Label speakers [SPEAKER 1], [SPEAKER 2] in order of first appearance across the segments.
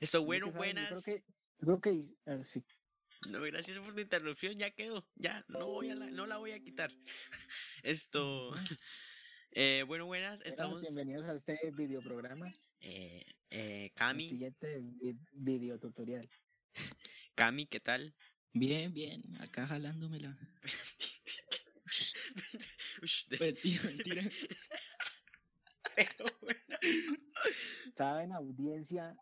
[SPEAKER 1] Esto bueno,
[SPEAKER 2] que saben,
[SPEAKER 1] buenas.
[SPEAKER 2] Yo creo que, yo creo que ah, sí.
[SPEAKER 1] No, gracias por la interrupción, ya quedó, ya, no voy a la, no la voy a quitar. Esto, eh, bueno, buenas,
[SPEAKER 2] Buenas,
[SPEAKER 1] estamos,
[SPEAKER 2] Bienvenidos a este videoprograma.
[SPEAKER 1] eh, eh,
[SPEAKER 2] el
[SPEAKER 1] Cami,
[SPEAKER 2] Siguiente vi- videotutorial.
[SPEAKER 1] Cami, ¿qué tal?
[SPEAKER 3] Bien, bien, acá jalándomela.
[SPEAKER 1] Ush, de-
[SPEAKER 2] Pues,
[SPEAKER 3] Mentira, mentira.
[SPEAKER 1] pero bueno.
[SPEAKER 2] ¿Saben, audiencia,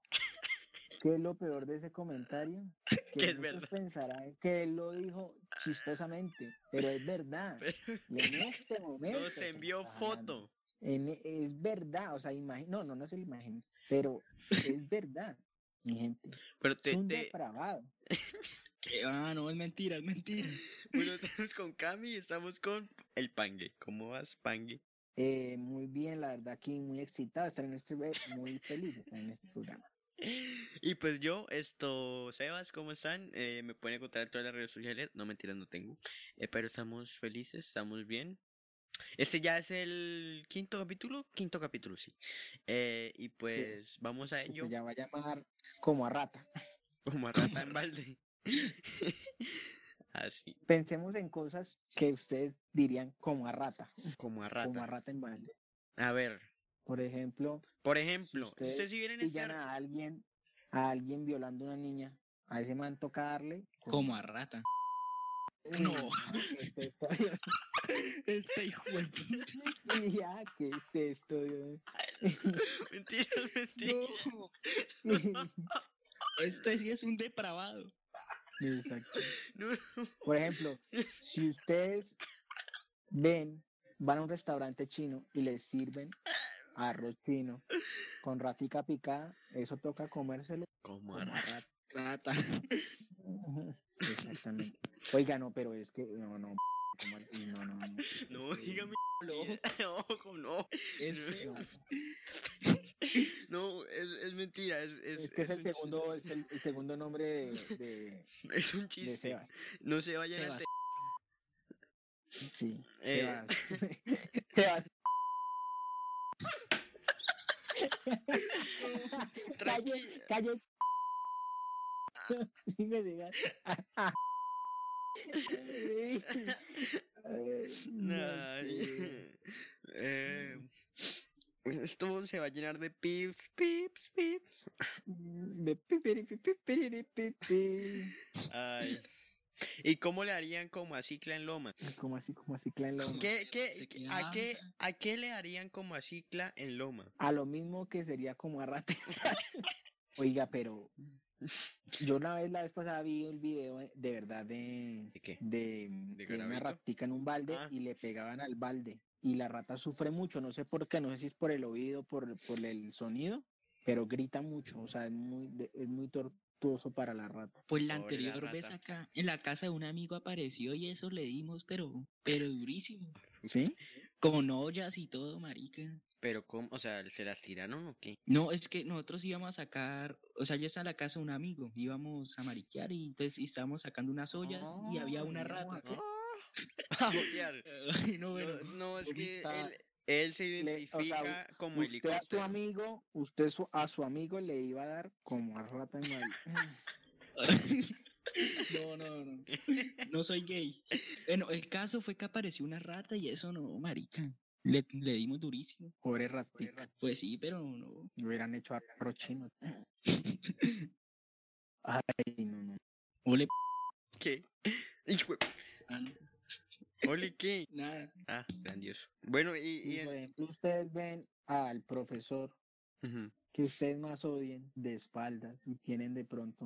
[SPEAKER 2] qué es lo peor de ese comentario?
[SPEAKER 1] Que es
[SPEAKER 2] muchos
[SPEAKER 1] verdad.
[SPEAKER 2] pensarán que él lo dijo chistosamente, pero es verdad.
[SPEAKER 1] Pero
[SPEAKER 2] Y En este momento.
[SPEAKER 1] nos
[SPEAKER 2] se me
[SPEAKER 1] envió
[SPEAKER 2] está jalando.
[SPEAKER 1] foto.
[SPEAKER 2] En- es verdad, o sea, imagino, no, no, no se lo imagino, pero es verdad, mi gente.
[SPEAKER 1] Pero
[SPEAKER 2] Es
[SPEAKER 1] te,
[SPEAKER 2] un
[SPEAKER 1] te,
[SPEAKER 2] depravado.
[SPEAKER 3] Que- Ah, no, es mentira, es mentira.
[SPEAKER 1] bueno, estamos con Cami y estamos con el Pangue. ¿Cómo vas, Pangue?
[SPEAKER 2] Eh, muy bien, la verdad, aquí muy excitado de estar en este web, muy feliz de estar en este programa.
[SPEAKER 1] Y pues yo, esto, Sebas, ¿cómo están? Eh, me pueden encontrar en todas las redes sociales. No, mentiras, no tengo. Eh, pero estamos felices, estamos bien. Este ya es el quinto capítulo. Quinto capítulo, sí. Eh, y pues vamos a
[SPEAKER 2] Esto
[SPEAKER 1] ello.
[SPEAKER 2] este ya va a llamar como a rata.
[SPEAKER 1] Como a rata en balde. Así,
[SPEAKER 2] Pensemos en cosas que ustedes dirían como a rata,
[SPEAKER 1] como a
[SPEAKER 2] como a
[SPEAKER 1] rata.
[SPEAKER 2] rata en balde.
[SPEAKER 1] A ver,
[SPEAKER 2] Por ejemplo,
[SPEAKER 1] por ejemplo, si
[SPEAKER 2] ustedes
[SPEAKER 1] ustedes si vieron este
[SPEAKER 2] pillan a alguien, a alguien violando a una niña, a ese man toca darle.
[SPEAKER 3] Como a rata.
[SPEAKER 2] Uy,
[SPEAKER 3] No.
[SPEAKER 2] Este estudio.
[SPEAKER 3] Este hijo de puta.
[SPEAKER 2] Ya, que este estudio.
[SPEAKER 1] Mentiras, mentiras.
[SPEAKER 3] No, este sí es un depravado.
[SPEAKER 2] Exacto.
[SPEAKER 1] No, no.
[SPEAKER 2] Por ejemplo, si ustedes ven, van a un restaurante chino y les sirven arroz chino con ratica picada, eso toca comérselo.
[SPEAKER 1] Como
[SPEAKER 2] como
[SPEAKER 1] a
[SPEAKER 2] a
[SPEAKER 1] rata.
[SPEAKER 2] rat-
[SPEAKER 3] Rata.
[SPEAKER 2] Ujú, Exactamente. Oiga, no, pero es que no, no. ¿cómo así? No, no, no.
[SPEAKER 1] No,
[SPEAKER 2] este,
[SPEAKER 1] dígame.
[SPEAKER 3] Loco,
[SPEAKER 1] Ojo, no.
[SPEAKER 3] ese.
[SPEAKER 2] no,
[SPEAKER 1] No, es, es mentira. Es, es,
[SPEAKER 2] Es que es
[SPEAKER 1] es un chiste,
[SPEAKER 2] el segundo, es el, el segundo nombre de, de,
[SPEAKER 1] Es un
[SPEAKER 2] de
[SPEAKER 1] chiste.
[SPEAKER 2] Sebas.
[SPEAKER 1] No se vayan a
[SPEAKER 3] Sebas.
[SPEAKER 1] te-
[SPEAKER 2] Sí,
[SPEAKER 1] Eh,
[SPEAKER 2] Sebas. Sebas.
[SPEAKER 1] Tranqui-
[SPEAKER 2] Calle, calle. Sí me llega. Ay, no
[SPEAKER 1] Nah,
[SPEAKER 2] sé. Mm.
[SPEAKER 1] eh, Esto se va a llenar de pips, pips, pips.
[SPEAKER 2] De pipiri, pipi, piriri, pipi.
[SPEAKER 1] Ay. ¿Y cómo le harían como a cicla en loma?
[SPEAKER 2] Ah, Como así, como así, clan, lo-
[SPEAKER 3] Como
[SPEAKER 1] ¿Qué,
[SPEAKER 3] que
[SPEAKER 1] qué,
[SPEAKER 3] se
[SPEAKER 1] qué- a, qué,
[SPEAKER 3] queda-
[SPEAKER 1] ¿A qué le harían como a cicla en loma?
[SPEAKER 2] A lo mismo que sería como a rata. Oiga, pero yo una vez la vez pasada vi un video eh, de verdad de,
[SPEAKER 1] ¿De qué?
[SPEAKER 2] de, de una
[SPEAKER 1] Garavito?
[SPEAKER 2] ratica en un balde
[SPEAKER 1] Ah.
[SPEAKER 2] y le pegaban al balde. Y la rata sufre mucho, no sé por qué, no sé si es por el oído, por, por el sonido, pero grita mucho, o sea, es muy, de- es muy tortuoso para la rata.
[SPEAKER 3] Pues la
[SPEAKER 1] Pobre la
[SPEAKER 3] anterior vez
[SPEAKER 1] rata.
[SPEAKER 3] acá, en la casa de un amigo apareció y eso le dimos, pero, pero durísimo.
[SPEAKER 2] ¿Sí?
[SPEAKER 3] Con ollas y todo, marica.
[SPEAKER 1] Pero, ¿cómo? O sea, ¿se las tiraron o qué?
[SPEAKER 3] No, es que nosotros íbamos a sacar, o sea, yo estaba en la casa de un amigo, íbamos a mariquear y entonces y estábamos sacando unas ollas y había una
[SPEAKER 2] no,
[SPEAKER 3] rata.
[SPEAKER 2] acá-
[SPEAKER 1] Ah, A botear.
[SPEAKER 3] Ay, no,
[SPEAKER 1] No,
[SPEAKER 3] bueno.
[SPEAKER 1] no, es que
[SPEAKER 2] ahorita
[SPEAKER 1] él, él se
[SPEAKER 2] le- o sea,
[SPEAKER 1] identifica como
[SPEAKER 2] Usted a su
[SPEAKER 1] helicóptero.
[SPEAKER 2] amigo, usted su- a su amigo le iba a dar como a rata en balde.
[SPEAKER 3] no, no, no. No soy gay. Bueno, el caso fue que apareció una rata y eso no, marica. Le, le dimos durísimo.
[SPEAKER 2] Pobre ratica,
[SPEAKER 3] Pues sí, pero no.
[SPEAKER 2] le hubieran hecho arroz chino. Ay, no, no.
[SPEAKER 3] Ole,
[SPEAKER 1] ¿Qué? Hijo de-
[SPEAKER 3] ah, no,
[SPEAKER 1] Oli, ¿qué?
[SPEAKER 3] nada.
[SPEAKER 1] Ah, grandioso. Bueno, y... y
[SPEAKER 2] Y,
[SPEAKER 1] en-
[SPEAKER 2] por ejemplo, ustedes ven al profesor pues,
[SPEAKER 1] Ujú.
[SPEAKER 2] que ustedes más odien de espaldas y tienen de pronto,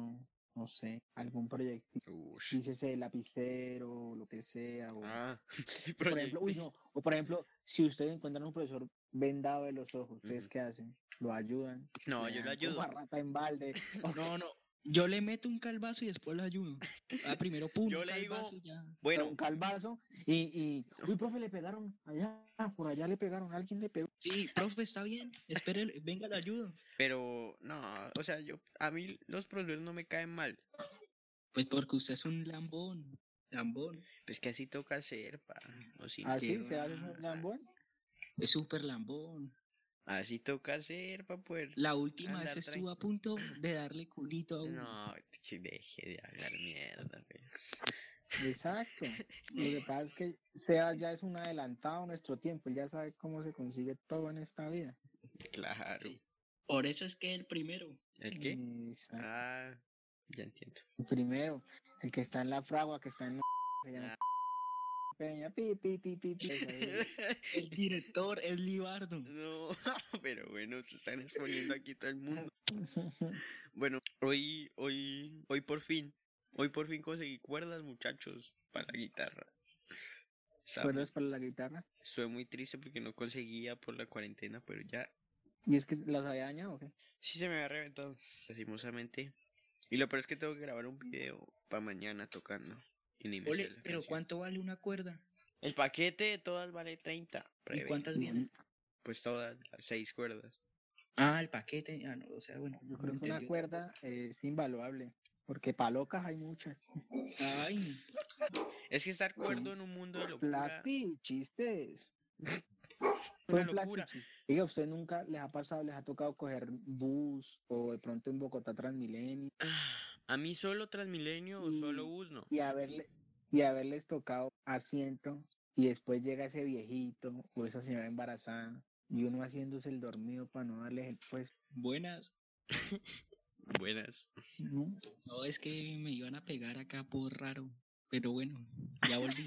[SPEAKER 2] no sé, algún proyectil,
[SPEAKER 1] Ush.
[SPEAKER 2] dícese lapicero o lo que sea. O,
[SPEAKER 1] Ah, sí,
[SPEAKER 2] uh, por ejemplo, uy,
[SPEAKER 1] proyectil.
[SPEAKER 2] no, o por ejemplo, si ustedes encuentran un profesor vendado de los ojos, ¿ustedes
[SPEAKER 1] Ujú.
[SPEAKER 2] qué hacen? ¿Lo ayudan?
[SPEAKER 1] No, yo lo
[SPEAKER 2] dan como
[SPEAKER 1] ayudo.
[SPEAKER 2] a rata en balde. o-
[SPEAKER 3] No, no. Yo le meto un calvazo y después lo ayudo. Ah, primero pum,
[SPEAKER 1] Yo
[SPEAKER 3] un
[SPEAKER 1] le digo-
[SPEAKER 3] calvazo y ya.
[SPEAKER 2] un
[SPEAKER 1] Bueno,
[SPEAKER 2] calvazo y, y uy profe le pegaron allá por allá le pegaron alguien le pegó
[SPEAKER 3] Sí, profe, está bien. Espere, venga, lo ayudo.
[SPEAKER 1] pero no, o sea, yo a mí los profesores no me caen mal.
[SPEAKER 3] Pues porque usted es un lambón. Lambón.
[SPEAKER 1] Pues que así toca hacer, pa. O si no-
[SPEAKER 3] qué
[SPEAKER 2] así se hace un
[SPEAKER 3] va.
[SPEAKER 2] lambón
[SPEAKER 3] Es súper lambón.
[SPEAKER 1] Así toca hacer para poder.
[SPEAKER 3] La última vez
[SPEAKER 1] Andar
[SPEAKER 3] estuvo a punto de darle culito a uno.
[SPEAKER 1] No, que deje de hablar mierda, güey.
[SPEAKER 2] Exacto. Lo que pasa es que Sebas ya es un adelantado a nuestro tiempo, él ya sabe cómo se consigue todo en esta vida.
[SPEAKER 1] Claro.
[SPEAKER 3] Sí. Por eso es que el primero.
[SPEAKER 1] ¿El
[SPEAKER 2] Mm,
[SPEAKER 1] qué?
[SPEAKER 2] Exacto.
[SPEAKER 1] Ah, ya entiendo.
[SPEAKER 2] Primero, el que está en la fragua, que está en la que ya no-
[SPEAKER 1] Ah.
[SPEAKER 2] Peña, pi, pi, pi, pi, pi, eso, eh.
[SPEAKER 3] El director es Libardo.
[SPEAKER 1] No, pero bueno, se están exponiendo aquí todo el mundo. Bueno, hoy, hoy, hoy por fin, hoy por fin conseguí cuerdas, muchachos, para la guitarra. Estaba-
[SPEAKER 2] ¿Recuerdas para la guitarra?
[SPEAKER 1] Estoy muy triste porque no conseguía por la cuarentena, pero ya
[SPEAKER 2] ¿Y es que las había dañado o qué?
[SPEAKER 1] sí se me había reventado, lastimosamente. Y lo peor es que tengo que grabar un video para mañana tocando. Y ni me sé
[SPEAKER 3] Ole,
[SPEAKER 1] las
[SPEAKER 3] pero
[SPEAKER 1] canciones.
[SPEAKER 3] ¿cuánto vale una cuerda?
[SPEAKER 1] El paquete de todas vale 30.
[SPEAKER 3] ¿Y
[SPEAKER 1] breve.
[SPEAKER 3] cuántas vienen?
[SPEAKER 1] Pues todas, las seis cuerdas.
[SPEAKER 3] Ah, el paquete. Ah, no, o sea, bueno.
[SPEAKER 2] Yo
[SPEAKER 3] no
[SPEAKER 2] creo que una
[SPEAKER 3] entendí otra
[SPEAKER 2] cuerda es invaluable, porque para locas hay muchas.
[SPEAKER 3] cosa. Ay,
[SPEAKER 1] Es que estar cuerdo en un mundo de locura.
[SPEAKER 2] Plasti, chistes.
[SPEAKER 1] Una
[SPEAKER 2] Fue un
[SPEAKER 1] locura.
[SPEAKER 2] plasti, chis- Oiga, ¿usted nunca les ha pasado, les ha tocado coger bus o de pronto en Bogotá Transmilenio
[SPEAKER 1] ah, A mí solo Transmilenio o solo
[SPEAKER 2] Y-
[SPEAKER 1] Bus, no.
[SPEAKER 2] y, haberle, y haberles tocado asiento y después llega ese viejito o esa señora embarazada y uno haciéndose el dormido para no darles el puesto?
[SPEAKER 3] buenas.
[SPEAKER 1] Buenas.
[SPEAKER 2] ¿no?
[SPEAKER 3] No, es que me iban a pegar acá por raro. Pero bueno, ya volví.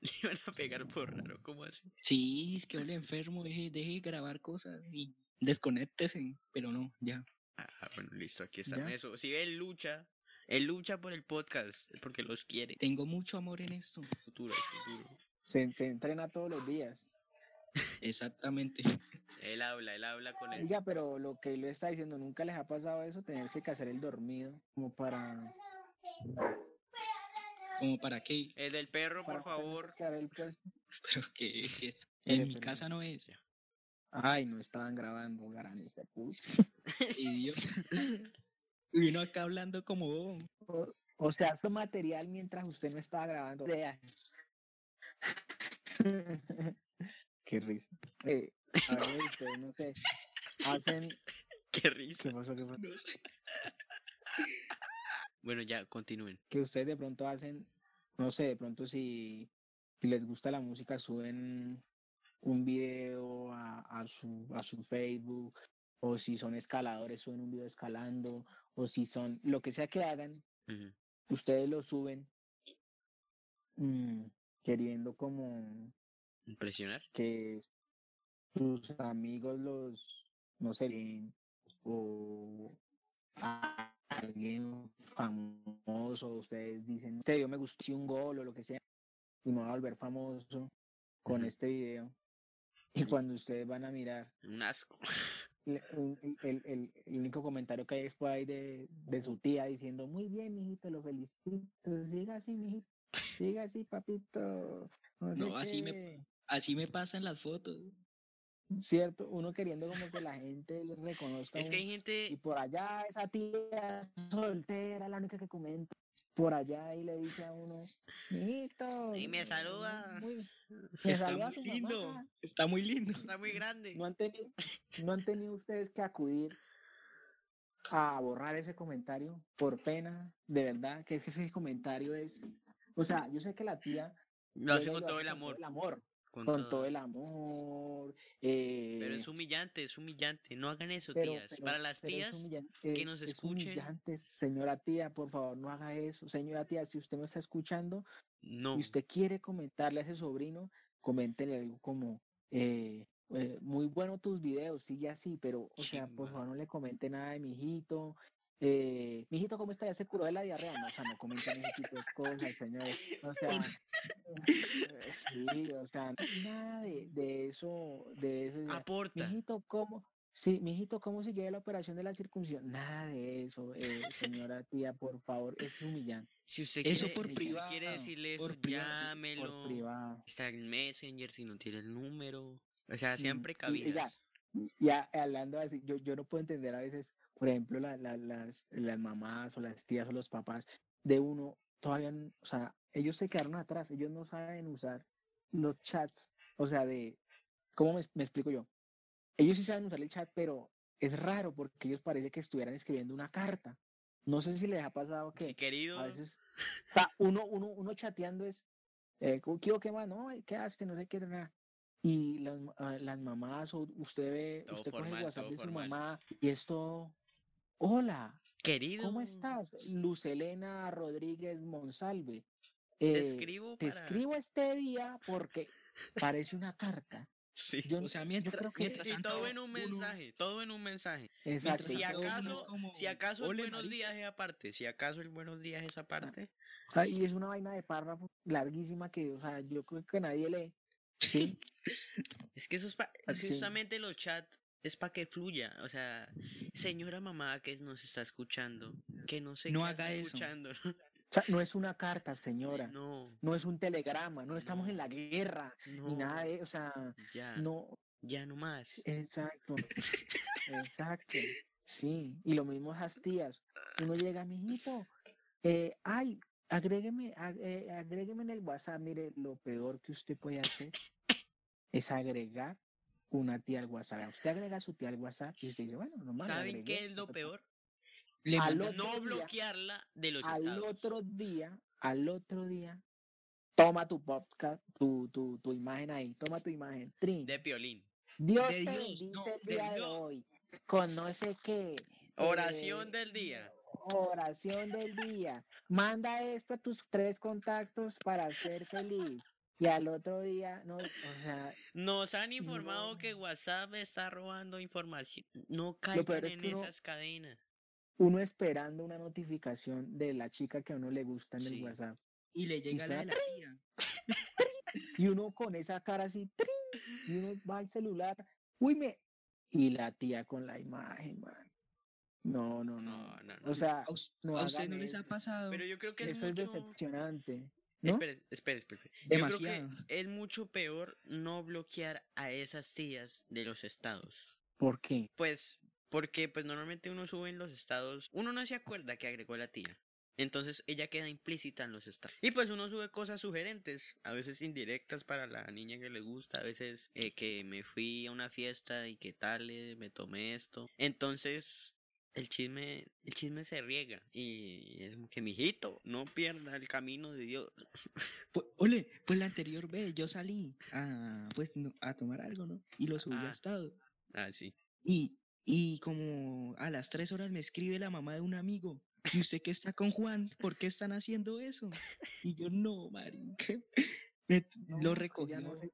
[SPEAKER 1] Le iban a pegar por raro, ¿cómo así?
[SPEAKER 3] sí, es que ole enfermo, deje, deje de grabar cosas y desconéctese. Pero no, ya.
[SPEAKER 1] Ah, bueno, listo, aquí está
[SPEAKER 2] Ya.
[SPEAKER 1] eso. Si él lucha, él lucha por el podcast, porque los quiere.
[SPEAKER 3] Tengo mucho amor en esto.
[SPEAKER 1] Futuro, futuro.
[SPEAKER 2] Se, se entrena todos los días.
[SPEAKER 3] Exactamente.
[SPEAKER 1] Él habla, él habla con él.
[SPEAKER 2] Oiga, pero lo que le está diciendo, ¿nunca les ha pasado eso? Tenerse que hacer el dormido como para...
[SPEAKER 3] ¿Como para qué?
[SPEAKER 1] El del perro,
[SPEAKER 2] para
[SPEAKER 1] por favor.
[SPEAKER 2] tener que dar el puesto.
[SPEAKER 3] Pero que es esto?
[SPEAKER 2] Pero,
[SPEAKER 3] En mi
[SPEAKER 2] pero,
[SPEAKER 3] casa no es.
[SPEAKER 2] Ay, no estaban grabando, gran hija de puta.
[SPEAKER 3] Idiota. Y Vino acá hablando como bobo.
[SPEAKER 2] O, o sea, su material mientras usted no estaba grabando. O sea. Qué risa. Eh, a ver, ustedes, no sé. Hacen.
[SPEAKER 1] Qué risa.
[SPEAKER 2] ¿Qué pasó? ¿Qué pasó?
[SPEAKER 3] No sé.
[SPEAKER 1] Bueno, ya, continúen.
[SPEAKER 2] Que ustedes de pronto hacen. No sé, de pronto si, si les gusta la música, suben un video a, a su, a su Facebook. O si son escaladores, suben un video escalando. O si son. Lo que sea que hagan,
[SPEAKER 1] Ujú.
[SPEAKER 2] ustedes lo suben. mm, queriendo como
[SPEAKER 1] Impresionar.
[SPEAKER 2] que sus amigos los, no sé, leen, o a- alguien famoso, ustedes dicen, este video me gustó, hice un gol o lo que sea, y me voy a volver famoso con
[SPEAKER 1] Ujú.
[SPEAKER 2] este video. Y
[SPEAKER 1] Ujú.
[SPEAKER 2] cuando ustedes van a mirar,
[SPEAKER 1] Un asco.
[SPEAKER 2] le- el, el- el- el único comentario que hay fue ahí de, de su tía diciendo, muy bien, mijito, lo felicito, siga así, mijito, siga así, papito. No, sé
[SPEAKER 3] No, así me-
[SPEAKER 2] qué".
[SPEAKER 3] Así me pasan las fotos.
[SPEAKER 2] Cierto, uno queriendo como que la gente le reconozca. a
[SPEAKER 1] Es que hay
[SPEAKER 2] uno, Y
[SPEAKER 1] gente.
[SPEAKER 2] por allá esa tía soltera, la única que comenta. Por allá y le dice a uno, mijito.
[SPEAKER 1] Y me
[SPEAKER 2] eh,
[SPEAKER 1] saluda.
[SPEAKER 2] muy- me
[SPEAKER 3] está
[SPEAKER 2] saluda
[SPEAKER 3] muy
[SPEAKER 2] su
[SPEAKER 3] lindo.
[SPEAKER 2] mamá.
[SPEAKER 3] Está muy lindo.
[SPEAKER 1] Está muy grande.
[SPEAKER 2] ¿No han, tenido, ¿No han tenido ustedes que acudir a borrar ese comentario por pena? De verdad, que es que ese comentario es... O sea, yo sé que la tía...
[SPEAKER 1] Lo hace
[SPEAKER 2] llega y
[SPEAKER 1] con todo el amor.
[SPEAKER 2] el amor.
[SPEAKER 1] Con
[SPEAKER 2] Con
[SPEAKER 1] todo.
[SPEAKER 2] todo el amor. eh,
[SPEAKER 1] Pero es humillante, es humillante. No hagan eso,
[SPEAKER 2] Pero-
[SPEAKER 1] tías.
[SPEAKER 2] pero-
[SPEAKER 1] Para las
[SPEAKER 2] pero es
[SPEAKER 1] tías,
[SPEAKER 2] humillan-
[SPEAKER 1] que
[SPEAKER 2] eh,
[SPEAKER 1] nos
[SPEAKER 2] es
[SPEAKER 1] escuchen.
[SPEAKER 2] humillante, señora tía, por favor, no haga eso. Señora tía, si usted me está escuchando
[SPEAKER 1] no.
[SPEAKER 2] y usted quiere comentarle a ese sobrino, coméntele algo como, eh, eh, muy bueno tus videos, sigue así, pero, o sea, por
[SPEAKER 1] Chimba.
[SPEAKER 2] favor, no le comente nada de mi hijito. Eh, mi hijito, ¿cómo está? ¿Ya se curó de la diarrea? No, o sea, no comenten ese tipo de cosas, señores. O sea, eh, sí, o sea, nada de, de eso, de eso. o
[SPEAKER 1] Ah,
[SPEAKER 2] sea,
[SPEAKER 1] Aporta.
[SPEAKER 2] Mijito, ¿cómo? Sí, mijito, ¿cómo sigue la operación de la circuncisión? Nada de eso, eh, señora tía, por favor, es humillante.
[SPEAKER 1] Si usted
[SPEAKER 3] Eso
[SPEAKER 1] quiere,
[SPEAKER 3] por
[SPEAKER 1] si usted
[SPEAKER 3] privado,
[SPEAKER 1] quiere decirle eso,
[SPEAKER 3] por privado,
[SPEAKER 1] llámelo.
[SPEAKER 2] Por privado.
[SPEAKER 1] Está en Messenger si no tiene el número. O sea, sean
[SPEAKER 2] Mm,
[SPEAKER 1] precavidos.
[SPEAKER 2] Y, ya, ya hablando así, yo, yo no puedo entender a veces, por ejemplo, la- la- las, las mamás o las tías o los papás de uno, todavía, n- o sea, ellos se quedaron atrás, ellos no saben usar los chats, o sea, de, ¿cómo me, me explico yo? Ellos sí saben usar el chat, pero es raro porque ellos parece que estuvieran escribiendo una carta. No sé si les ha pasado que
[SPEAKER 1] Sí, querido.
[SPEAKER 2] a veces, o sea, uno, uno, uno chateando es, eh, ¿cómo- ¿qué o qué más? No, ¿qué hace? No sé qué, nada. Y las, ma- ah, las mamás, o usted ve,
[SPEAKER 1] Todo
[SPEAKER 2] usted coge
[SPEAKER 1] formal,
[SPEAKER 2] el WhatsApp
[SPEAKER 1] todo
[SPEAKER 2] de su
[SPEAKER 1] formal.
[SPEAKER 2] mamá y esto, hola,
[SPEAKER 1] querido. mm,
[SPEAKER 2] ¿cómo estás? Luz Elena Rodríguez Monsalve.
[SPEAKER 1] Te
[SPEAKER 2] eh,
[SPEAKER 1] escribo
[SPEAKER 2] te
[SPEAKER 1] para-
[SPEAKER 2] escribo este día porque parece una carta.
[SPEAKER 1] Sí.
[SPEAKER 2] Yo,
[SPEAKER 3] O sea, mientras,
[SPEAKER 2] creo que-
[SPEAKER 3] mientras
[SPEAKER 1] Y
[SPEAKER 3] tanto,
[SPEAKER 1] todo en un
[SPEAKER 3] uno-
[SPEAKER 1] mensaje, todo en un mensaje.
[SPEAKER 3] mientras
[SPEAKER 2] exacto.
[SPEAKER 1] Si
[SPEAKER 3] tanto, uno es
[SPEAKER 1] acaso-
[SPEAKER 3] como,
[SPEAKER 1] Si acaso el
[SPEAKER 3] "Ole,
[SPEAKER 1] buenos
[SPEAKER 3] marica".
[SPEAKER 1] días es aparte, si acaso el buenos días es aparte.
[SPEAKER 2] Ah, Y es una vaina de párrafo larguísima que, o sea, yo creo que nadie lee. Sí,
[SPEAKER 1] Es que eso es, pa- es que
[SPEAKER 2] Sí.
[SPEAKER 1] justamente los chats es para que fluya. O sea, señora mamá que nos está escuchando, que no sé
[SPEAKER 3] No
[SPEAKER 1] qué está
[SPEAKER 3] haga eso.
[SPEAKER 1] escuchando.
[SPEAKER 2] O sea, no es una carta, señora. No,
[SPEAKER 1] No,
[SPEAKER 2] es un telegrama. No estamos en la guerra.
[SPEAKER 1] no. Ah.
[SPEAKER 2] Ni nada de, o sea,
[SPEAKER 1] Ya,
[SPEAKER 2] no,
[SPEAKER 1] ya no más.
[SPEAKER 2] exacto. Exacto. Sí, y lo mismo es las tías. Uno llega, mijito, eh, ay, agrégueme, ag- eh, agrégueme en el WhatsApp. Mire, lo peor que usted puede hacer es agregar una tía al WhatsApp. Usted agrega a su tía al WhatsApp y usted dice, bueno, nomás. la
[SPEAKER 1] ¿Saben qué
[SPEAKER 2] agregué,
[SPEAKER 1] es lo
[SPEAKER 2] ta, ta, ta".
[SPEAKER 1] peor?
[SPEAKER 3] Le
[SPEAKER 2] Al
[SPEAKER 3] mandan-
[SPEAKER 2] otro
[SPEAKER 1] No
[SPEAKER 2] día-
[SPEAKER 1] bloquearla de los
[SPEAKER 2] Al
[SPEAKER 1] estados.
[SPEAKER 2] otro día, al otro día, toma tu podcast, tu, tu, tu imagen ahí, toma tu imagen. Trin,
[SPEAKER 1] de piolín.
[SPEAKER 2] Dios
[SPEAKER 3] de
[SPEAKER 2] te
[SPEAKER 3] Dios,
[SPEAKER 2] bendice
[SPEAKER 3] no,
[SPEAKER 2] el
[SPEAKER 3] de
[SPEAKER 2] día de
[SPEAKER 3] Dios.
[SPEAKER 2] hoy con no sé qué.
[SPEAKER 1] Oración
[SPEAKER 2] eh,
[SPEAKER 1] del día.
[SPEAKER 2] Oración del día. Manda esto a tus tres contactos para ser feliz. Y al otro día, no, o sea,
[SPEAKER 1] Nos han informado
[SPEAKER 2] no.
[SPEAKER 1] que WhatsApp está robando información. No
[SPEAKER 2] peor
[SPEAKER 1] caigan
[SPEAKER 2] es
[SPEAKER 1] en
[SPEAKER 2] que uno-
[SPEAKER 1] esas cadenas.
[SPEAKER 2] uno esperando una notificación de la chica que a uno le gusta en
[SPEAKER 1] Sí.
[SPEAKER 2] el WhatsApp.
[SPEAKER 3] y le llega la de la
[SPEAKER 2] Claro.
[SPEAKER 3] tía.
[SPEAKER 2] Y uno con esa cara así, ¡trin! y uno va al celular, uy, me. Y la tía con la imagen, man. No, no, no.
[SPEAKER 1] No, no, no.
[SPEAKER 2] O sea,
[SPEAKER 3] A, us-
[SPEAKER 2] no
[SPEAKER 3] a usted
[SPEAKER 2] hagan
[SPEAKER 3] no les ha
[SPEAKER 2] eso.
[SPEAKER 3] pasado
[SPEAKER 1] Pero yo creo que es
[SPEAKER 2] eso es
[SPEAKER 1] mucho.
[SPEAKER 2] decepcionante. ¿no?
[SPEAKER 1] Espera, espera, espera. Yo creo que
[SPEAKER 3] demasiado.
[SPEAKER 1] es mucho peor no bloquear a esas tías de los estados.
[SPEAKER 2] ¿Por qué?
[SPEAKER 1] Pues, porque pues normalmente uno sube en los estados, uno no se acuerda que agregó la tía. Entonces ella queda implícita en los estados. Y pues uno sube cosas sugerentes, a veces indirectas para la niña que le gusta, a veces eh, que me fui a una fiesta y que tal, eh, me tomé esto. Entonces el chisme, el chisme se riega y es como que mijito, no pierda el camino de Dios.
[SPEAKER 3] Pues, ole, pues la anterior vez yo salí a, pues, no- a tomar algo, ¿no? Y lo subí
[SPEAKER 1] Ah.
[SPEAKER 3] a estado.
[SPEAKER 1] Ah, sí.
[SPEAKER 3] Y, y como a las tres horas me escribe la mamá de un amigo. ¿Y usted que está con Juan? ¿Por qué están haciendo eso? Y yo, no, marica. Me-
[SPEAKER 2] No,
[SPEAKER 3] lo
[SPEAKER 2] es que ya
[SPEAKER 3] recogió,
[SPEAKER 2] no sé-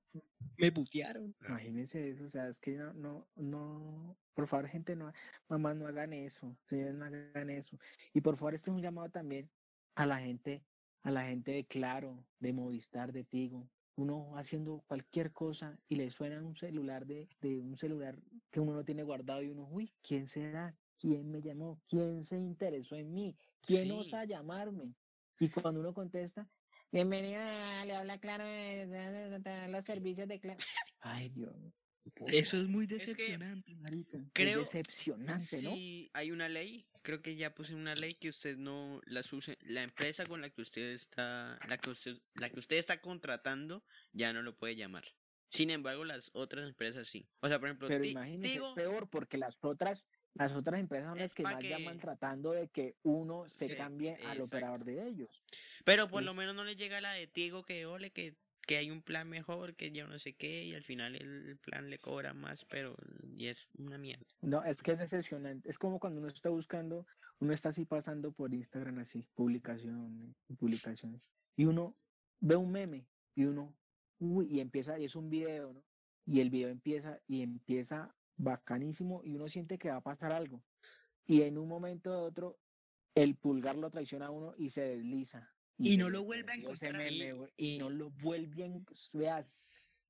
[SPEAKER 3] me putearon.
[SPEAKER 2] Imagínense eso, o sea, es que no, no, no, por favor, gente, no, mamás, no hagan eso, señores, no hagan eso. Y por favor, esto es un llamado también a la gente, a la gente de Claro, de Movistar, de Tigo. Uno haciendo cualquier cosa y le suena un celular de, de un celular que uno no tiene guardado y uno, uy, ¿quién será? ¿Quién me llamó? ¿Quién se interesó en mí? ¿Quién
[SPEAKER 1] Sí.
[SPEAKER 2] osa llamarme? Y cuando uno contesta, bienvenida, le habla Claro, eh, de- de- de- de los servicios de Claro. Ay, Dios mío.
[SPEAKER 3] Eso es muy
[SPEAKER 1] que
[SPEAKER 3] decepcionante, marica.
[SPEAKER 1] Creo,
[SPEAKER 2] Es decepcionante, ¿no?
[SPEAKER 1] Sí, hay una ley, creo que ya puse una ley que usted no las use, la empresa con la que usted está, la que usted, la que usted está contratando, ya no lo puede llamar. Sin embargo, las otras empresas sí. O sea, por ejemplo,
[SPEAKER 2] Pero
[SPEAKER 1] Ti-
[SPEAKER 2] imagínense,
[SPEAKER 1] Tigo-
[SPEAKER 2] es peor porque las otras, las otras empresas son
[SPEAKER 1] Es
[SPEAKER 2] las que
[SPEAKER 1] pa'
[SPEAKER 2] más llaman
[SPEAKER 1] que-
[SPEAKER 2] tratando de que uno se
[SPEAKER 1] Sí,
[SPEAKER 2] cambie al
[SPEAKER 1] exacto.
[SPEAKER 2] operador de ellos.
[SPEAKER 1] pero por lo
[SPEAKER 2] es-
[SPEAKER 1] menos no le llega la de Tigo que ole que que hay un plan mejor, que yo no sé qué, y al final el plan le cobra más, pero y es una mierda.
[SPEAKER 2] No, es que es decepcionante. Es como cuando uno está buscando, uno está así pasando por Instagram, así, publicaciones, y publicaciones, y uno ve un meme y uno, uy, y empieza, y es un video, ¿no? Y el video empieza y empieza bacanísimo y uno siente que va a pasar algo. Y en un momento de otro, el pulgar lo traiciona a uno y se desliza. se
[SPEAKER 3] Y no
[SPEAKER 2] le
[SPEAKER 3] lo vuelve a
[SPEAKER 2] perdió ese
[SPEAKER 3] encontrar.
[SPEAKER 2] meme, güey, y no lo vuelven, veas,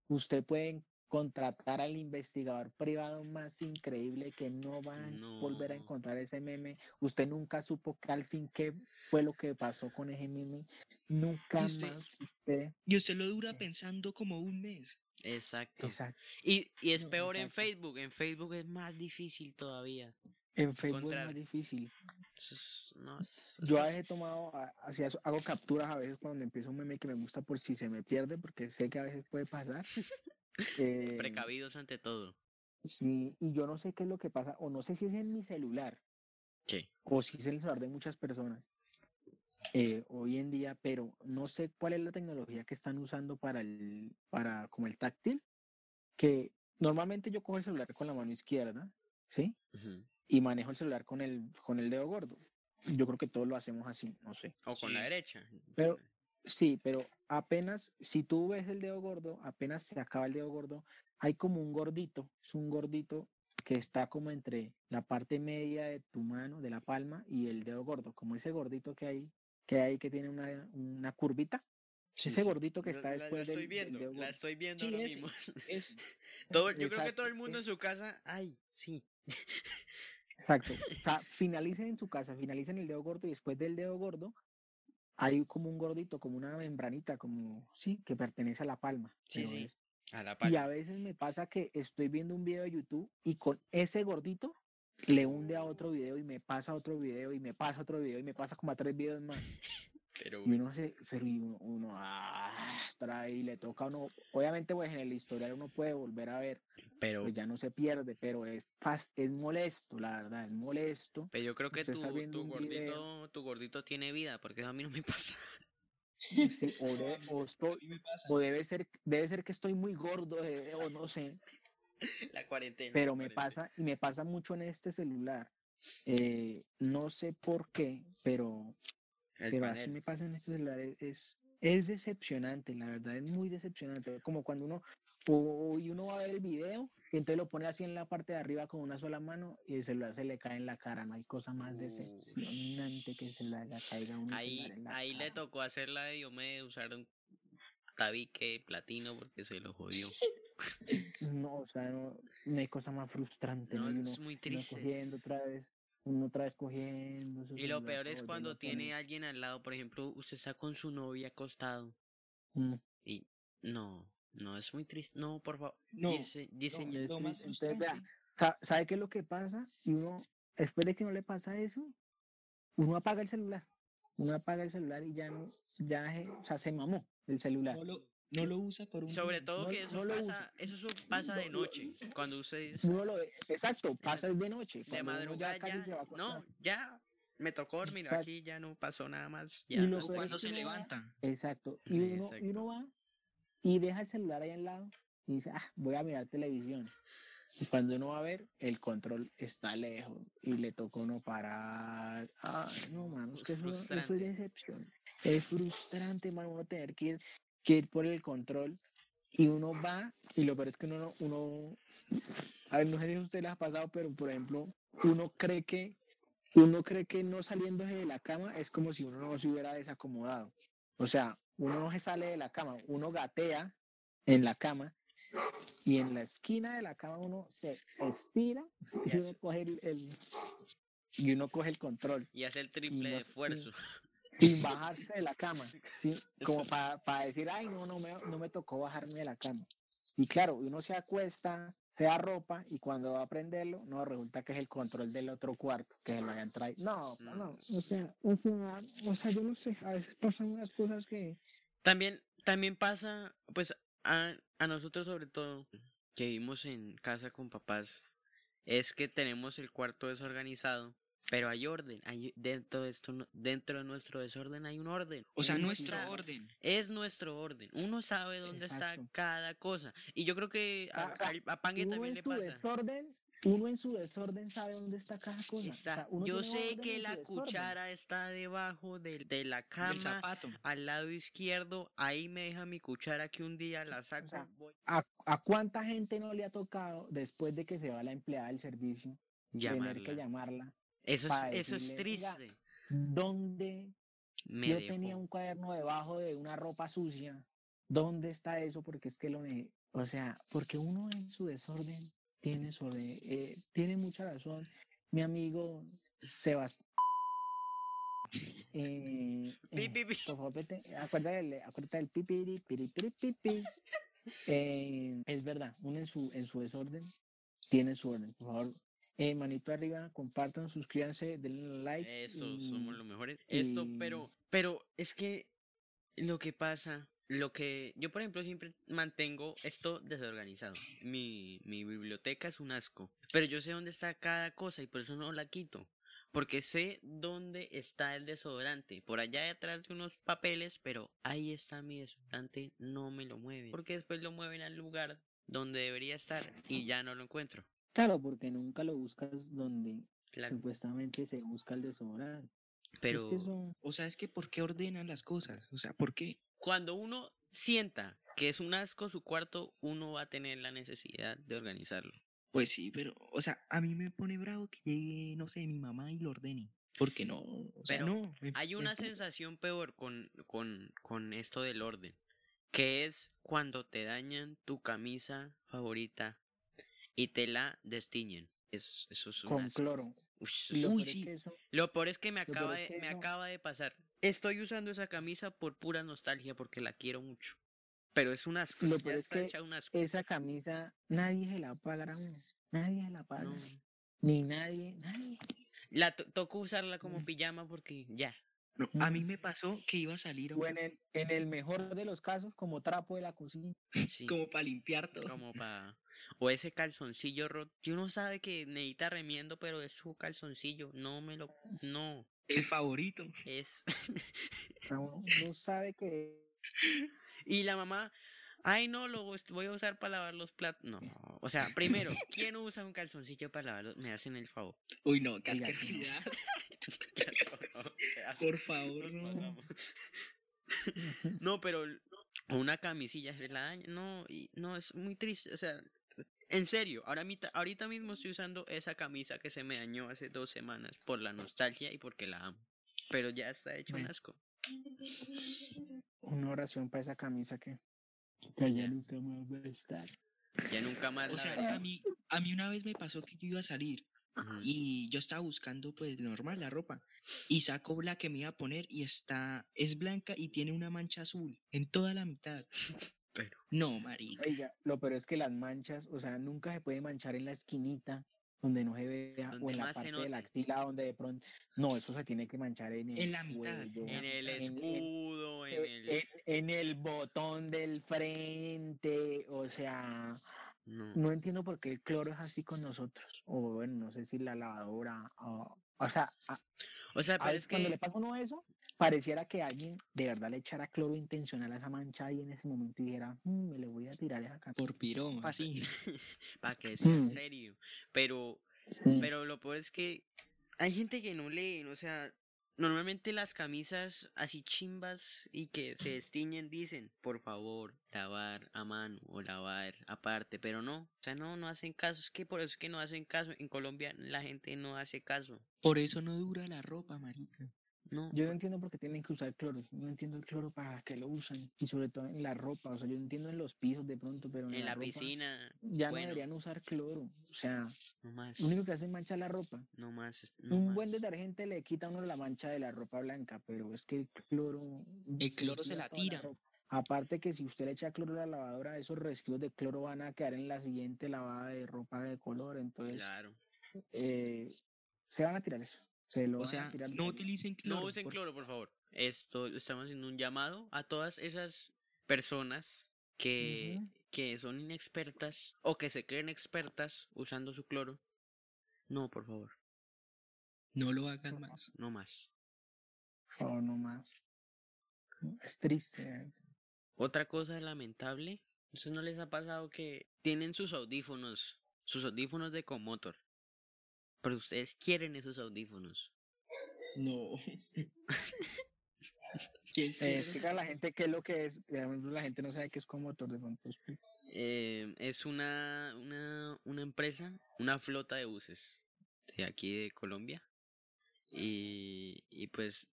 [SPEAKER 2] usted puede contratar al investigador privado más increíble que no va a volver a
[SPEAKER 1] No.
[SPEAKER 2] encontrar ese meme. Usted nunca supo que al fin qué fue lo que pasó con ese meme. Nunca
[SPEAKER 3] usted-
[SPEAKER 2] más usted.
[SPEAKER 3] Y usted lo dura
[SPEAKER 2] Sí.
[SPEAKER 3] pensando como un mes.
[SPEAKER 1] Exacto.
[SPEAKER 2] Exacto.
[SPEAKER 1] Y, y es
[SPEAKER 2] No,
[SPEAKER 1] peor en
[SPEAKER 2] exacto.
[SPEAKER 1] Facebook, en Facebook es más difícil todavía.
[SPEAKER 2] En Facebook es
[SPEAKER 1] Encontrar.
[SPEAKER 2] más difícil.
[SPEAKER 1] Eso es- no, es-
[SPEAKER 2] Yo a
[SPEAKER 1] es-
[SPEAKER 2] veces he tomado, a- así hago- hago capturas a veces cuando empiezo un meme que me gusta por si se me pierde, porque sé que a veces puede pasar. Eh,
[SPEAKER 1] Precavidos ante todo.
[SPEAKER 2] Sí, y yo no sé qué es lo que pasa, o no sé si es en mi celular,
[SPEAKER 1] ¿Qué?
[SPEAKER 2] o si es el celular de muchas personas eh, hoy en día, pero no sé cuál es la tecnología que están usando para el, para como el táctil, que normalmente yo cojo el celular con la mano izquierda, ¿sí?
[SPEAKER 1] Ujú.
[SPEAKER 2] Y manejo el celular con el, con el dedo gordo. Yo creo que todos lo hacemos así, no sé.
[SPEAKER 1] O con la
[SPEAKER 3] Sí.
[SPEAKER 1] derecha.
[SPEAKER 2] Pero- Sí, pero apenas, si tú ves el dedo gordo, apenas se acaba el dedo gordo, hay como un gordito, es un gordito que está como entre la parte media de tu mano, de la palma, y el dedo gordo, como ese gordito que hay, que hay que tiene una, una curvita,
[SPEAKER 1] Sí,
[SPEAKER 2] ese
[SPEAKER 1] sí.
[SPEAKER 2] gordito que
[SPEAKER 1] Yo
[SPEAKER 2] está
[SPEAKER 1] la-
[SPEAKER 2] después
[SPEAKER 1] la, estoy
[SPEAKER 2] del- del
[SPEAKER 1] viendo,
[SPEAKER 2] dedo
[SPEAKER 1] la
[SPEAKER 2] gordo.
[SPEAKER 1] estoy viendo
[SPEAKER 3] Sí,
[SPEAKER 1] ahora
[SPEAKER 3] ese.
[SPEAKER 1] mismo.
[SPEAKER 3] Eso.
[SPEAKER 1] Todo- yo creo que todo
[SPEAKER 2] Exacto,
[SPEAKER 1] el mundo en su casa, ay, sí.
[SPEAKER 2] Exacto. O sea, finalicen en su casa, finalicen el dedo gordo y después del dedo gordo hay como un gordito, como una membranita, como, sí, que pertenece a la palma.
[SPEAKER 1] Sí,
[SPEAKER 2] pero
[SPEAKER 1] sí.
[SPEAKER 2] es-
[SPEAKER 1] A la
[SPEAKER 2] Y
[SPEAKER 1] palma.
[SPEAKER 2] a veces me pasa que estoy viendo un video de YouTube y con ese gordito le hunde a otro video y me pasa otro video y me pasa otro video y me pasa como a tres videos más.
[SPEAKER 1] Pero
[SPEAKER 2] Y uno se, pero y uno, uno ah, trae y le toca a uno. Obviamente, pues en el historial uno puede volver a ver,
[SPEAKER 1] pero,
[SPEAKER 2] pues ya no se pierde, pero es, fas- es molesto, la verdad, es molesto.
[SPEAKER 1] pero yo creo que
[SPEAKER 2] usted
[SPEAKER 1] tu,
[SPEAKER 2] está viendo
[SPEAKER 1] tu
[SPEAKER 2] un
[SPEAKER 1] gordito,
[SPEAKER 2] video.
[SPEAKER 1] tu gordito tiene vida, porque eso a mí no me pasa.
[SPEAKER 2] Sí, o, de- o
[SPEAKER 3] A
[SPEAKER 2] estoy-
[SPEAKER 3] mí me pasa.
[SPEAKER 2] o debe ser, debe ser que estoy muy gordo, eh, o no sé.
[SPEAKER 1] La cuarentena.
[SPEAKER 2] pero
[SPEAKER 1] la
[SPEAKER 2] me
[SPEAKER 1] cuarentena.
[SPEAKER 2] pasa y me pasa mucho en este celular. Eh, no sé por qué, pero,
[SPEAKER 1] El
[SPEAKER 2] pero así
[SPEAKER 1] panel.
[SPEAKER 2] me pasa en este celular. Es, es, es decepcionante, la verdad, es muy decepcionante. Como cuando uno, o- y uno va a ver el video, y entonces lo pone así en la parte de arriba con una sola mano y el celular se le cae en la cara. No hay cosa más
[SPEAKER 1] Ush.
[SPEAKER 2] decepcionante que se le caiga a uno el
[SPEAKER 1] Ahí,
[SPEAKER 2] celular en la
[SPEAKER 1] ahí le
[SPEAKER 2] cara.
[SPEAKER 1] tocó hacer la de Diomedes, usar un tabique platino porque se lo jodió.
[SPEAKER 2] No, o sea, no, no hay cosa más frustrante.
[SPEAKER 1] No,
[SPEAKER 2] ¿no? Y uno-
[SPEAKER 1] es muy
[SPEAKER 2] uno
[SPEAKER 1] triste.
[SPEAKER 2] cogiendo otra vez, uno otra vez cogiendo. su
[SPEAKER 1] Y lo
[SPEAKER 2] celular
[SPEAKER 1] peor
[SPEAKER 2] para
[SPEAKER 1] es
[SPEAKER 2] volverlo
[SPEAKER 1] cuando
[SPEAKER 2] a
[SPEAKER 1] tiene
[SPEAKER 2] poner.
[SPEAKER 1] a alguien al lado, por ejemplo, usted está con su novia acostado
[SPEAKER 2] Mm.
[SPEAKER 1] y no, no, es muy triste. No, por favor,
[SPEAKER 3] No,
[SPEAKER 1] dice, dicen
[SPEAKER 2] ya
[SPEAKER 3] no, lo más
[SPEAKER 2] estoy- entonces, vea,
[SPEAKER 3] frustrante.
[SPEAKER 2] Sa- ¿Sabe qué es lo que pasa? Y uno, después de que no le pasa eso, uno apaga el celular. Uno apaga el celular y ya no, ya se, o sea, se mamó el celular.
[SPEAKER 3] No lo, no lo usa por un
[SPEAKER 1] Sobre
[SPEAKER 3] día.
[SPEAKER 1] todo
[SPEAKER 2] no-
[SPEAKER 1] que eso
[SPEAKER 2] no lo
[SPEAKER 1] pasa, eso su- pasa de
[SPEAKER 2] no- no-
[SPEAKER 1] noche, cuando usted dice,
[SPEAKER 2] Uno lo, exacto, pasa de noche.
[SPEAKER 1] de
[SPEAKER 2] cuando uno
[SPEAKER 1] madrugada
[SPEAKER 2] casi
[SPEAKER 1] ya,
[SPEAKER 2] se va a acostar.
[SPEAKER 1] no, ya me tocó dormir
[SPEAKER 2] Exacto.
[SPEAKER 1] aquí, ya no pasó nada más,
[SPEAKER 2] Y
[SPEAKER 1] ya.
[SPEAKER 2] lo
[SPEAKER 1] no".
[SPEAKER 2] peor
[SPEAKER 3] O
[SPEAKER 2] es
[SPEAKER 3] cuando
[SPEAKER 2] que
[SPEAKER 3] se
[SPEAKER 2] uno va-
[SPEAKER 3] levanta.
[SPEAKER 2] Exacto. Y uno, y uno va y deja el celular ahí al lado y dice, ah, voy a mirar televisión. Y cuando uno va a ver, el control está lejos y le tocó no parar. Ay, no, mano, es que eso, eso
[SPEAKER 1] Frustrante.
[SPEAKER 2] es decepción. Es frustrante, mano, uno tener que ir, que ir por el control y uno va y lo peor es que uno, no- uno a ver, no sé si a usted les ha pasado, pero por ejemplo, uno cree que uno cree que no saliéndose de la cama es como si uno no se hubiera desacomodado. O sea, uno no se sale de la cama, uno gatea en la cama y en la esquina de la cama uno se estira y
[SPEAKER 1] Ya
[SPEAKER 2] uno
[SPEAKER 1] sé.
[SPEAKER 2] coge el, el- y uno coge el control
[SPEAKER 1] Y hace el triple de
[SPEAKER 2] los- y-
[SPEAKER 1] esfuerzo.
[SPEAKER 2] sin bajarse de la cama, ¿sí? como para decir, ay, no, no me, no me tocó bajarme de la cama. Y claro, uno se acuesta, se arropa y cuando va a prenderlo, no, resulta que es el control del otro cuarto, que se lo hayan traído. No,
[SPEAKER 1] Mm.
[SPEAKER 2] no, o sea, o sea, o sea, yo no sé, a veces pasan unas cosas que...
[SPEAKER 1] También, también pasa, pues, a, a nosotros sobre todo, que vivimos en casa con papás, es que tenemos el cuarto desorganizado, pero hay orden, hay, dentro, de esto, no- dentro de nuestro desorden hay un orden.
[SPEAKER 3] O sea,
[SPEAKER 1] uno
[SPEAKER 3] nuestro
[SPEAKER 1] sabe-
[SPEAKER 3] orden.
[SPEAKER 1] Es nuestro orden, uno sabe dónde está
[SPEAKER 2] Exacto.
[SPEAKER 1] cada cosa. Y yo creo que a,
[SPEAKER 2] O sea,
[SPEAKER 1] al- a Pangue
[SPEAKER 2] Uno
[SPEAKER 1] también
[SPEAKER 2] en
[SPEAKER 1] le
[SPEAKER 2] su
[SPEAKER 1] pasa.
[SPEAKER 2] desorden, uno en su desorden sabe dónde está cada cosa. O
[SPEAKER 1] Está-
[SPEAKER 2] sea, uno
[SPEAKER 1] yo
[SPEAKER 2] tiene
[SPEAKER 1] sé
[SPEAKER 2] orden
[SPEAKER 1] que
[SPEAKER 2] en
[SPEAKER 1] la
[SPEAKER 2] su desorden.
[SPEAKER 1] cuchara está debajo del- de, la
[SPEAKER 3] Del
[SPEAKER 1] cama,
[SPEAKER 3] zapato.
[SPEAKER 1] al lado izquierdo, ahí me deja mi cuchara que un día la saco.
[SPEAKER 2] sea,
[SPEAKER 1] voy-
[SPEAKER 2] ¿A, a cuánta gente no le ha tocado después de que se va la empleada del servicio tener que
[SPEAKER 1] llamarla.
[SPEAKER 2] llamarla?
[SPEAKER 1] Eso
[SPEAKER 2] pa'
[SPEAKER 1] es, eso es
[SPEAKER 2] decirle, "Oiga,
[SPEAKER 1] triste.
[SPEAKER 2] ¿Dónde
[SPEAKER 1] Me
[SPEAKER 2] yo
[SPEAKER 1] dejó.
[SPEAKER 2] tenía un cuaderno debajo de una ropa sucia. ¿Dónde está eso? Porque es que lo me... O sea, porque uno en su desorden tiene sobre... eh, tiene mucha razón. Mi amigo Sebastián. Eh,
[SPEAKER 1] Pi,
[SPEAKER 2] eh,
[SPEAKER 1] pi, pi.
[SPEAKER 2] por favor, vete, acuérdate del, acuérdate del pipiri, piri, piri, pi, pi. Eh, es verdad, uno en su, en su desorden tiene su orden. Por favor, eh, manito arriba, compartan, suscríbanse, denle like.
[SPEAKER 1] Eso, somos
[SPEAKER 2] y-
[SPEAKER 1] los mejores. Esto,
[SPEAKER 2] y-
[SPEAKER 1] pero, pero es que lo que pasa lo que yo, por ejemplo, siempre mantengo esto desorganizado. Mi, mi biblioteca es un asco, pero yo sé dónde está cada cosa y por eso no la quito. Porque sé dónde está el desodorante. Por allá detrás de unos papeles, pero ahí está mi desodorante, no me lo mueven. Porque después lo mueven al lugar donde debería estar y ya no lo encuentro.
[SPEAKER 2] Claro, porque nunca lo buscas donde
[SPEAKER 1] Claro,
[SPEAKER 2] supuestamente se busca el desodorante.
[SPEAKER 1] pero...
[SPEAKER 2] Es que eso-
[SPEAKER 3] O sea, es que ¿por qué ordenan las cosas? O sea, ¿por qué?
[SPEAKER 1] cuando uno sienta que es un asco su cuarto, uno va a tener la necesidad de organizarlo.
[SPEAKER 3] Pues sí, pero, o sea, a mí me pone bravo que llegue, no sé, mi mamá y lo ordene. Porque no, o sea,
[SPEAKER 1] Pero
[SPEAKER 3] no. me-
[SPEAKER 1] Hay
[SPEAKER 3] me
[SPEAKER 1] una
[SPEAKER 3] puta.
[SPEAKER 1] sensación peor con, con, con esto del orden, que es cuando te dañan tu camisa favorita y te la destiñen. Es, eso es un
[SPEAKER 2] con
[SPEAKER 1] asco.
[SPEAKER 2] cloro.
[SPEAKER 1] Ush, eso
[SPEAKER 2] Y
[SPEAKER 1] es
[SPEAKER 2] lo
[SPEAKER 1] un-
[SPEAKER 3] Uy,
[SPEAKER 2] peor es
[SPEAKER 3] sí.
[SPEAKER 2] que eso-
[SPEAKER 1] Lo peor es que me
[SPEAKER 2] Lo peor
[SPEAKER 1] acaba
[SPEAKER 2] es
[SPEAKER 1] de,
[SPEAKER 2] que
[SPEAKER 1] me
[SPEAKER 2] eso-
[SPEAKER 1] acaba de pasar. Estoy usando esa camisa por pura nostalgia porque la quiero mucho. Pero es un asco.
[SPEAKER 2] Lo
[SPEAKER 1] ya
[SPEAKER 2] peor es
[SPEAKER 1] está
[SPEAKER 2] que
[SPEAKER 1] hecha un asco.
[SPEAKER 2] esa camisa nadie se la paga, Ramón. nadie se la paga,
[SPEAKER 1] No.
[SPEAKER 2] ni nadie, nadie.
[SPEAKER 1] La to- tocó usarla como
[SPEAKER 2] Mm.
[SPEAKER 1] pijama porque ya.
[SPEAKER 3] No, a mí me pasó que iba a salir a
[SPEAKER 2] O
[SPEAKER 3] un-
[SPEAKER 2] en el, en el mejor de los casos, como trapo de la cocina.
[SPEAKER 1] sí.
[SPEAKER 3] como para limpiar todo.
[SPEAKER 1] como para o ese calzoncillo roto que uno sabe que necesita remiendo pero es su calzoncillo no me lo no
[SPEAKER 3] El favorito.
[SPEAKER 1] es
[SPEAKER 2] Ramón no sabe que
[SPEAKER 1] y la mamá ay no lo us- voy a usar para lavar los platos no o sea primero quién usa un calzoncillo para lavar los me hacen el favor
[SPEAKER 3] Uy, no, qué
[SPEAKER 2] Oiga, que no.
[SPEAKER 3] asquerosidad.
[SPEAKER 1] Qué asco, no, qué asco,
[SPEAKER 3] Por
[SPEAKER 1] nos
[SPEAKER 3] favor, no.
[SPEAKER 1] pasamos. no pero l- una camisilla se la daña no y no es muy triste o sea en serio, ahora mita- ahorita mismo estoy usando esa camisa que se me dañó hace dos semanas por la nostalgia y porque la amo. Pero ya está hecho un
[SPEAKER 2] Bueno.
[SPEAKER 1] asco.
[SPEAKER 2] una oración para esa camisa que, que ya nunca más va a estar.
[SPEAKER 1] Ya nunca más
[SPEAKER 3] O
[SPEAKER 1] la
[SPEAKER 3] sea,
[SPEAKER 1] veré.
[SPEAKER 3] a mí, a mí una vez me pasó que yo iba a salir
[SPEAKER 1] Ujú.
[SPEAKER 3] y yo estaba buscando, pues, normal la ropa. Y saco la que me iba a poner y está, es blanca y tiene una mancha azul en toda la mitad.
[SPEAKER 1] Pero-
[SPEAKER 3] No, marica.
[SPEAKER 2] Oiga, lo peor es que las manchas, o sea, nunca se puede manchar en la esquinita donde no se vea, o
[SPEAKER 1] Donde
[SPEAKER 2] en la
[SPEAKER 1] más se
[SPEAKER 2] parte de
[SPEAKER 1] note.
[SPEAKER 2] la axila donde de pronto. No, eso se tiene que manchar en el
[SPEAKER 3] En la mitad,
[SPEAKER 2] cuello,
[SPEAKER 3] en
[SPEAKER 1] En el
[SPEAKER 2] en- eh, en-
[SPEAKER 1] escudo, en
[SPEAKER 2] en,
[SPEAKER 1] el...
[SPEAKER 2] en- en el botón del frente, o sea,
[SPEAKER 1] No.
[SPEAKER 2] no entiendo por qué el cloro es así con nosotros, o bueno, no sé si la lavadora, o, o sea, a,
[SPEAKER 1] O sea,
[SPEAKER 2] a
[SPEAKER 1] pero es
[SPEAKER 2] veces Ah, cuando
[SPEAKER 1] que...
[SPEAKER 2] le pasa a uno eso, pareciera que alguien de verdad le echara cloro intencional a esa mancha y en ese momento dijera, "Mm, me le voy a tirar esa camisa.
[SPEAKER 3] Por pirón,
[SPEAKER 2] Pasa.
[SPEAKER 3] así.
[SPEAKER 1] Para que sea
[SPEAKER 2] Mm.
[SPEAKER 1] serio. Pero
[SPEAKER 2] Mm,
[SPEAKER 1] Pero lo peor es que hay gente que no lee, o sea, normalmente las camisas así chimbas y que se destiñen dicen, por favor, lavar a mano o lavar aparte, pero no, o sea, no, no hacen caso, es que por eso es que no hacen caso, en Colombia la gente no hace caso,
[SPEAKER 3] Por eso no dura la ropa, marica.
[SPEAKER 1] no,
[SPEAKER 2] Yo no entiendo por qué tienen que usar cloro, no entiendo el cloro para qué lo usan, y sobre todo en la ropa, o sea, yo entiendo en los pisos de pronto, pero en,
[SPEAKER 1] en la
[SPEAKER 2] ropa
[SPEAKER 1] piscina,
[SPEAKER 2] Ya
[SPEAKER 1] bueno.
[SPEAKER 2] no deberían usar cloro, o sea,
[SPEAKER 1] no más,
[SPEAKER 2] lo único que hacen es manchar la ropa.
[SPEAKER 1] no más, es- no
[SPEAKER 2] Un buen
[SPEAKER 1] más.
[SPEAKER 2] detergente le quita a uno la mancha de la ropa blanca, pero es que el cloro.
[SPEAKER 3] El cloro se
[SPEAKER 2] lleva
[SPEAKER 3] la
[SPEAKER 2] toda
[SPEAKER 3] tira.
[SPEAKER 2] ropa. Aparte que si usted le echa cloro a la lavadora, esos residuos de cloro van a quedar en la siguiente lavada de ropa de color, entonces
[SPEAKER 1] Claro.
[SPEAKER 2] eh, se van a tirar eso. Se lo
[SPEAKER 3] O
[SPEAKER 2] van
[SPEAKER 3] sea,
[SPEAKER 2] a tirar.
[SPEAKER 3] no
[SPEAKER 2] de-
[SPEAKER 3] utilicen cloro.
[SPEAKER 1] No usen
[SPEAKER 3] por-
[SPEAKER 1] cloro, por favor. Esto estamos haciendo un llamado a todas esas personas que,
[SPEAKER 2] Ujú.
[SPEAKER 1] que son inexpertas o que se creen expertas usando su cloro. No, por favor,
[SPEAKER 3] No lo hagan
[SPEAKER 2] Por favor.
[SPEAKER 3] más.
[SPEAKER 1] no más.
[SPEAKER 2] Por favor, Oh, no más. Es triste. eh.
[SPEAKER 1] Otra cosa lamentable, ¿ustedes no les ha pasado que tienen sus audífonos, sus audífonos de Comotor? Pero ustedes quieren esos audífonos.
[SPEAKER 3] No. ¿Quién
[SPEAKER 2] Eh,
[SPEAKER 3] quiere?
[SPEAKER 2] explica a la gente qué es lo que es. eh, La gente no sabe qué es como motor de pronto. explica.
[SPEAKER 1] Eh, es una, una, una empresa, una flota de buses de aquí de Colombia. Y, y pues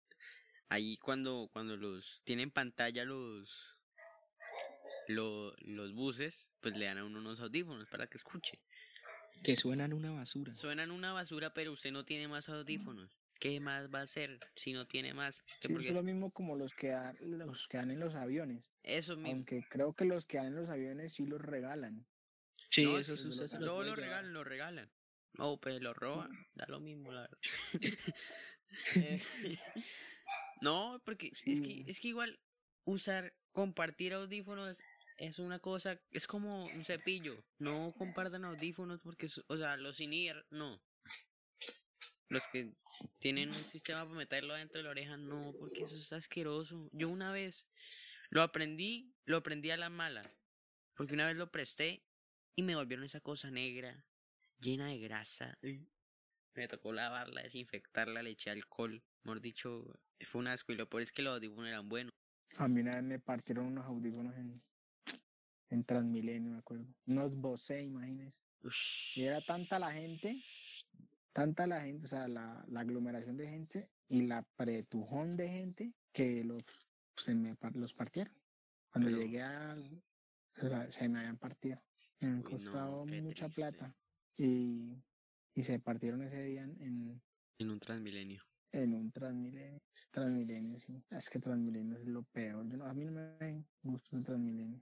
[SPEAKER 1] ahí cuando, cuando los tienen pantalla los, lo- los buses, pues le dan a uno unos audífonos para que escuche.
[SPEAKER 3] Que suenan una basura.
[SPEAKER 1] Suenan una basura, pero usted no tiene más audífonos. ¿Qué más va a hacer si no tiene más? Que
[SPEAKER 2] Sí,
[SPEAKER 1] porque-
[SPEAKER 2] es lo mismo como los que, da- los que dan en los aviones.
[SPEAKER 1] Eso mismo.
[SPEAKER 2] Aunque creo que los que dan en los aviones sí los regalan.
[SPEAKER 3] Sí,
[SPEAKER 1] No,
[SPEAKER 3] eso
[SPEAKER 1] es que
[SPEAKER 2] eso
[SPEAKER 3] usted se
[SPEAKER 2] lo-
[SPEAKER 1] Luego
[SPEAKER 3] puede
[SPEAKER 1] lo
[SPEAKER 3] llevar.
[SPEAKER 1] regalan, lo regalan. O pues lo roban, da lo mismo, la verdad. Eh, no, porque es que,
[SPEAKER 2] Sí.
[SPEAKER 1] es que igual usar, compartir audífonos es una cosa, es como un cepillo. No compartan audífonos porque, es- o sea, los in no. Los que tienen un sistema para meterlo dentro de la oreja, no, porque eso es asqueroso. Yo una vez lo aprendí, lo aprendí a la mala. Porque una vez lo presté y me volvieron esa cosa negra, llena de grasa. Ay, Me tocó lavarla, desinfectarla, le eché alcohol. Mejor dicho, fue un asco y lo peor es que los audífonos eran buenos.
[SPEAKER 2] A mí una vez me partieron unos audífonos en, en Transmilenio, me acuerdo. Unos Bose, imagínense.
[SPEAKER 1] Ush.
[SPEAKER 2] Y era tanta la gente, tanta la gente, o sea, la, la aglomeración de gente y la pretujón de gente que los, se me par- los partieron. Cuando
[SPEAKER 1] Pero-
[SPEAKER 2] llegué al. o sea, se me habían partido. Me han
[SPEAKER 1] Uy, no,
[SPEAKER 2] costado
[SPEAKER 1] qué
[SPEAKER 2] mucha
[SPEAKER 1] triste.
[SPEAKER 2] plata. Y, y se partieron ese día en- en,
[SPEAKER 1] En un transmilenio.
[SPEAKER 2] En un Transmilenio. Transmilenio, sí. Ah, Es que Transmilenio es lo peor. Yo no- a mí no me gusta el Transmilenio.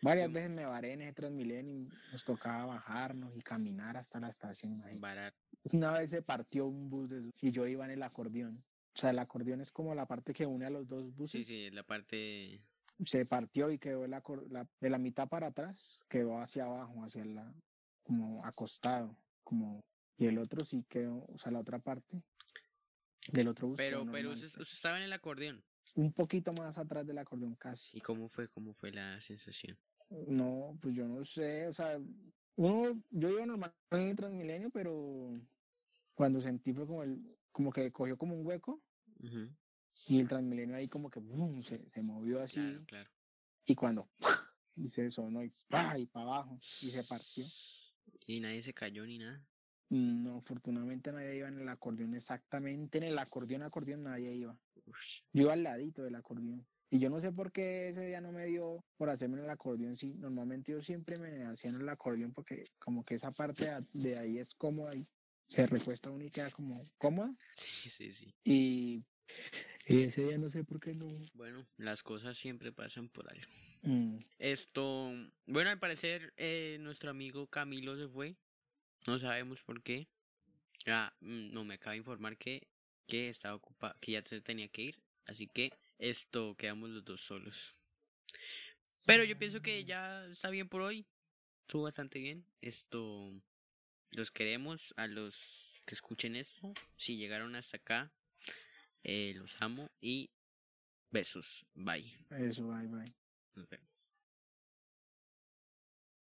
[SPEAKER 2] Varias
[SPEAKER 1] Yo-
[SPEAKER 2] veces me varé en ese Transmilenio y nos tocaba bajarnos y caminar hasta la estación. imagínate.
[SPEAKER 1] Barato.
[SPEAKER 2] Una vez se partió un bus de esos y yo iba en el acordeón. O sea, el acordeón es como la parte que une a los dos
[SPEAKER 1] Sí,
[SPEAKER 2] buses.
[SPEAKER 1] sí, la parte.
[SPEAKER 2] Se partió y quedó el acor- la- de la mitad para atrás, quedó hacia abajo, hacia la, como acostado, como y el otro sí quedó, o sea, la otra parte del otro bus. quedó
[SPEAKER 1] Pero, pero
[SPEAKER 2] normal.
[SPEAKER 1] usted, usted estaba en el acordeón.
[SPEAKER 2] un poquito más atrás del acordeón casi.
[SPEAKER 1] ¿Y cómo fue, cómo fue la sensación?
[SPEAKER 2] No, pues yo no sé, o sea, uno, yo iba normal en el Transmilenio, pero cuando sentí fue como el, como que cogió como un hueco
[SPEAKER 1] Ujú,
[SPEAKER 2] y el Transmilenio ahí como que ¡vum! se, se movió así
[SPEAKER 1] Claro, claro.
[SPEAKER 2] y cuando y se sonó y, ¡pa! y para abajo y se partió.
[SPEAKER 1] Y nadie se cayó ni nada.
[SPEAKER 2] No, afortunadamente nadie iba en el acordeón, exactamente en el acordeón, acordeón nadie iba.
[SPEAKER 1] Ush,
[SPEAKER 2] Yo iba al ladito del acordeón. Y yo no sé por qué ese día no me dio por hacerme el acordeón. Sí, normalmente yo siempre me hacían el acordeón porque como que esa parte de a- de ahí es cómoda y se recuesta uno y queda como cómoda.
[SPEAKER 1] Sí, sí, sí.
[SPEAKER 2] Y, y ese día no sé por qué no.
[SPEAKER 1] Bueno, las cosas siempre pasan por algo.
[SPEAKER 2] Mm,
[SPEAKER 1] Esto, bueno, al parecer eh, nuestro amigo Camilo se fue. No sabemos por qué. Ah, mm, no, me acaba de informar que, que estaba ocupado, que ya se tenía que ir. Así que esto, quedamos los dos solos. Pero yo pienso
[SPEAKER 2] Mm.
[SPEAKER 1] que ya está bien por hoy. Estuvo bastante bien. Esto, los queremos a los que escuchen esto. Si llegaron hasta acá, eh, los amo y besos. Bye.
[SPEAKER 2] Eso, bye bye.
[SPEAKER 1] Nos vemos.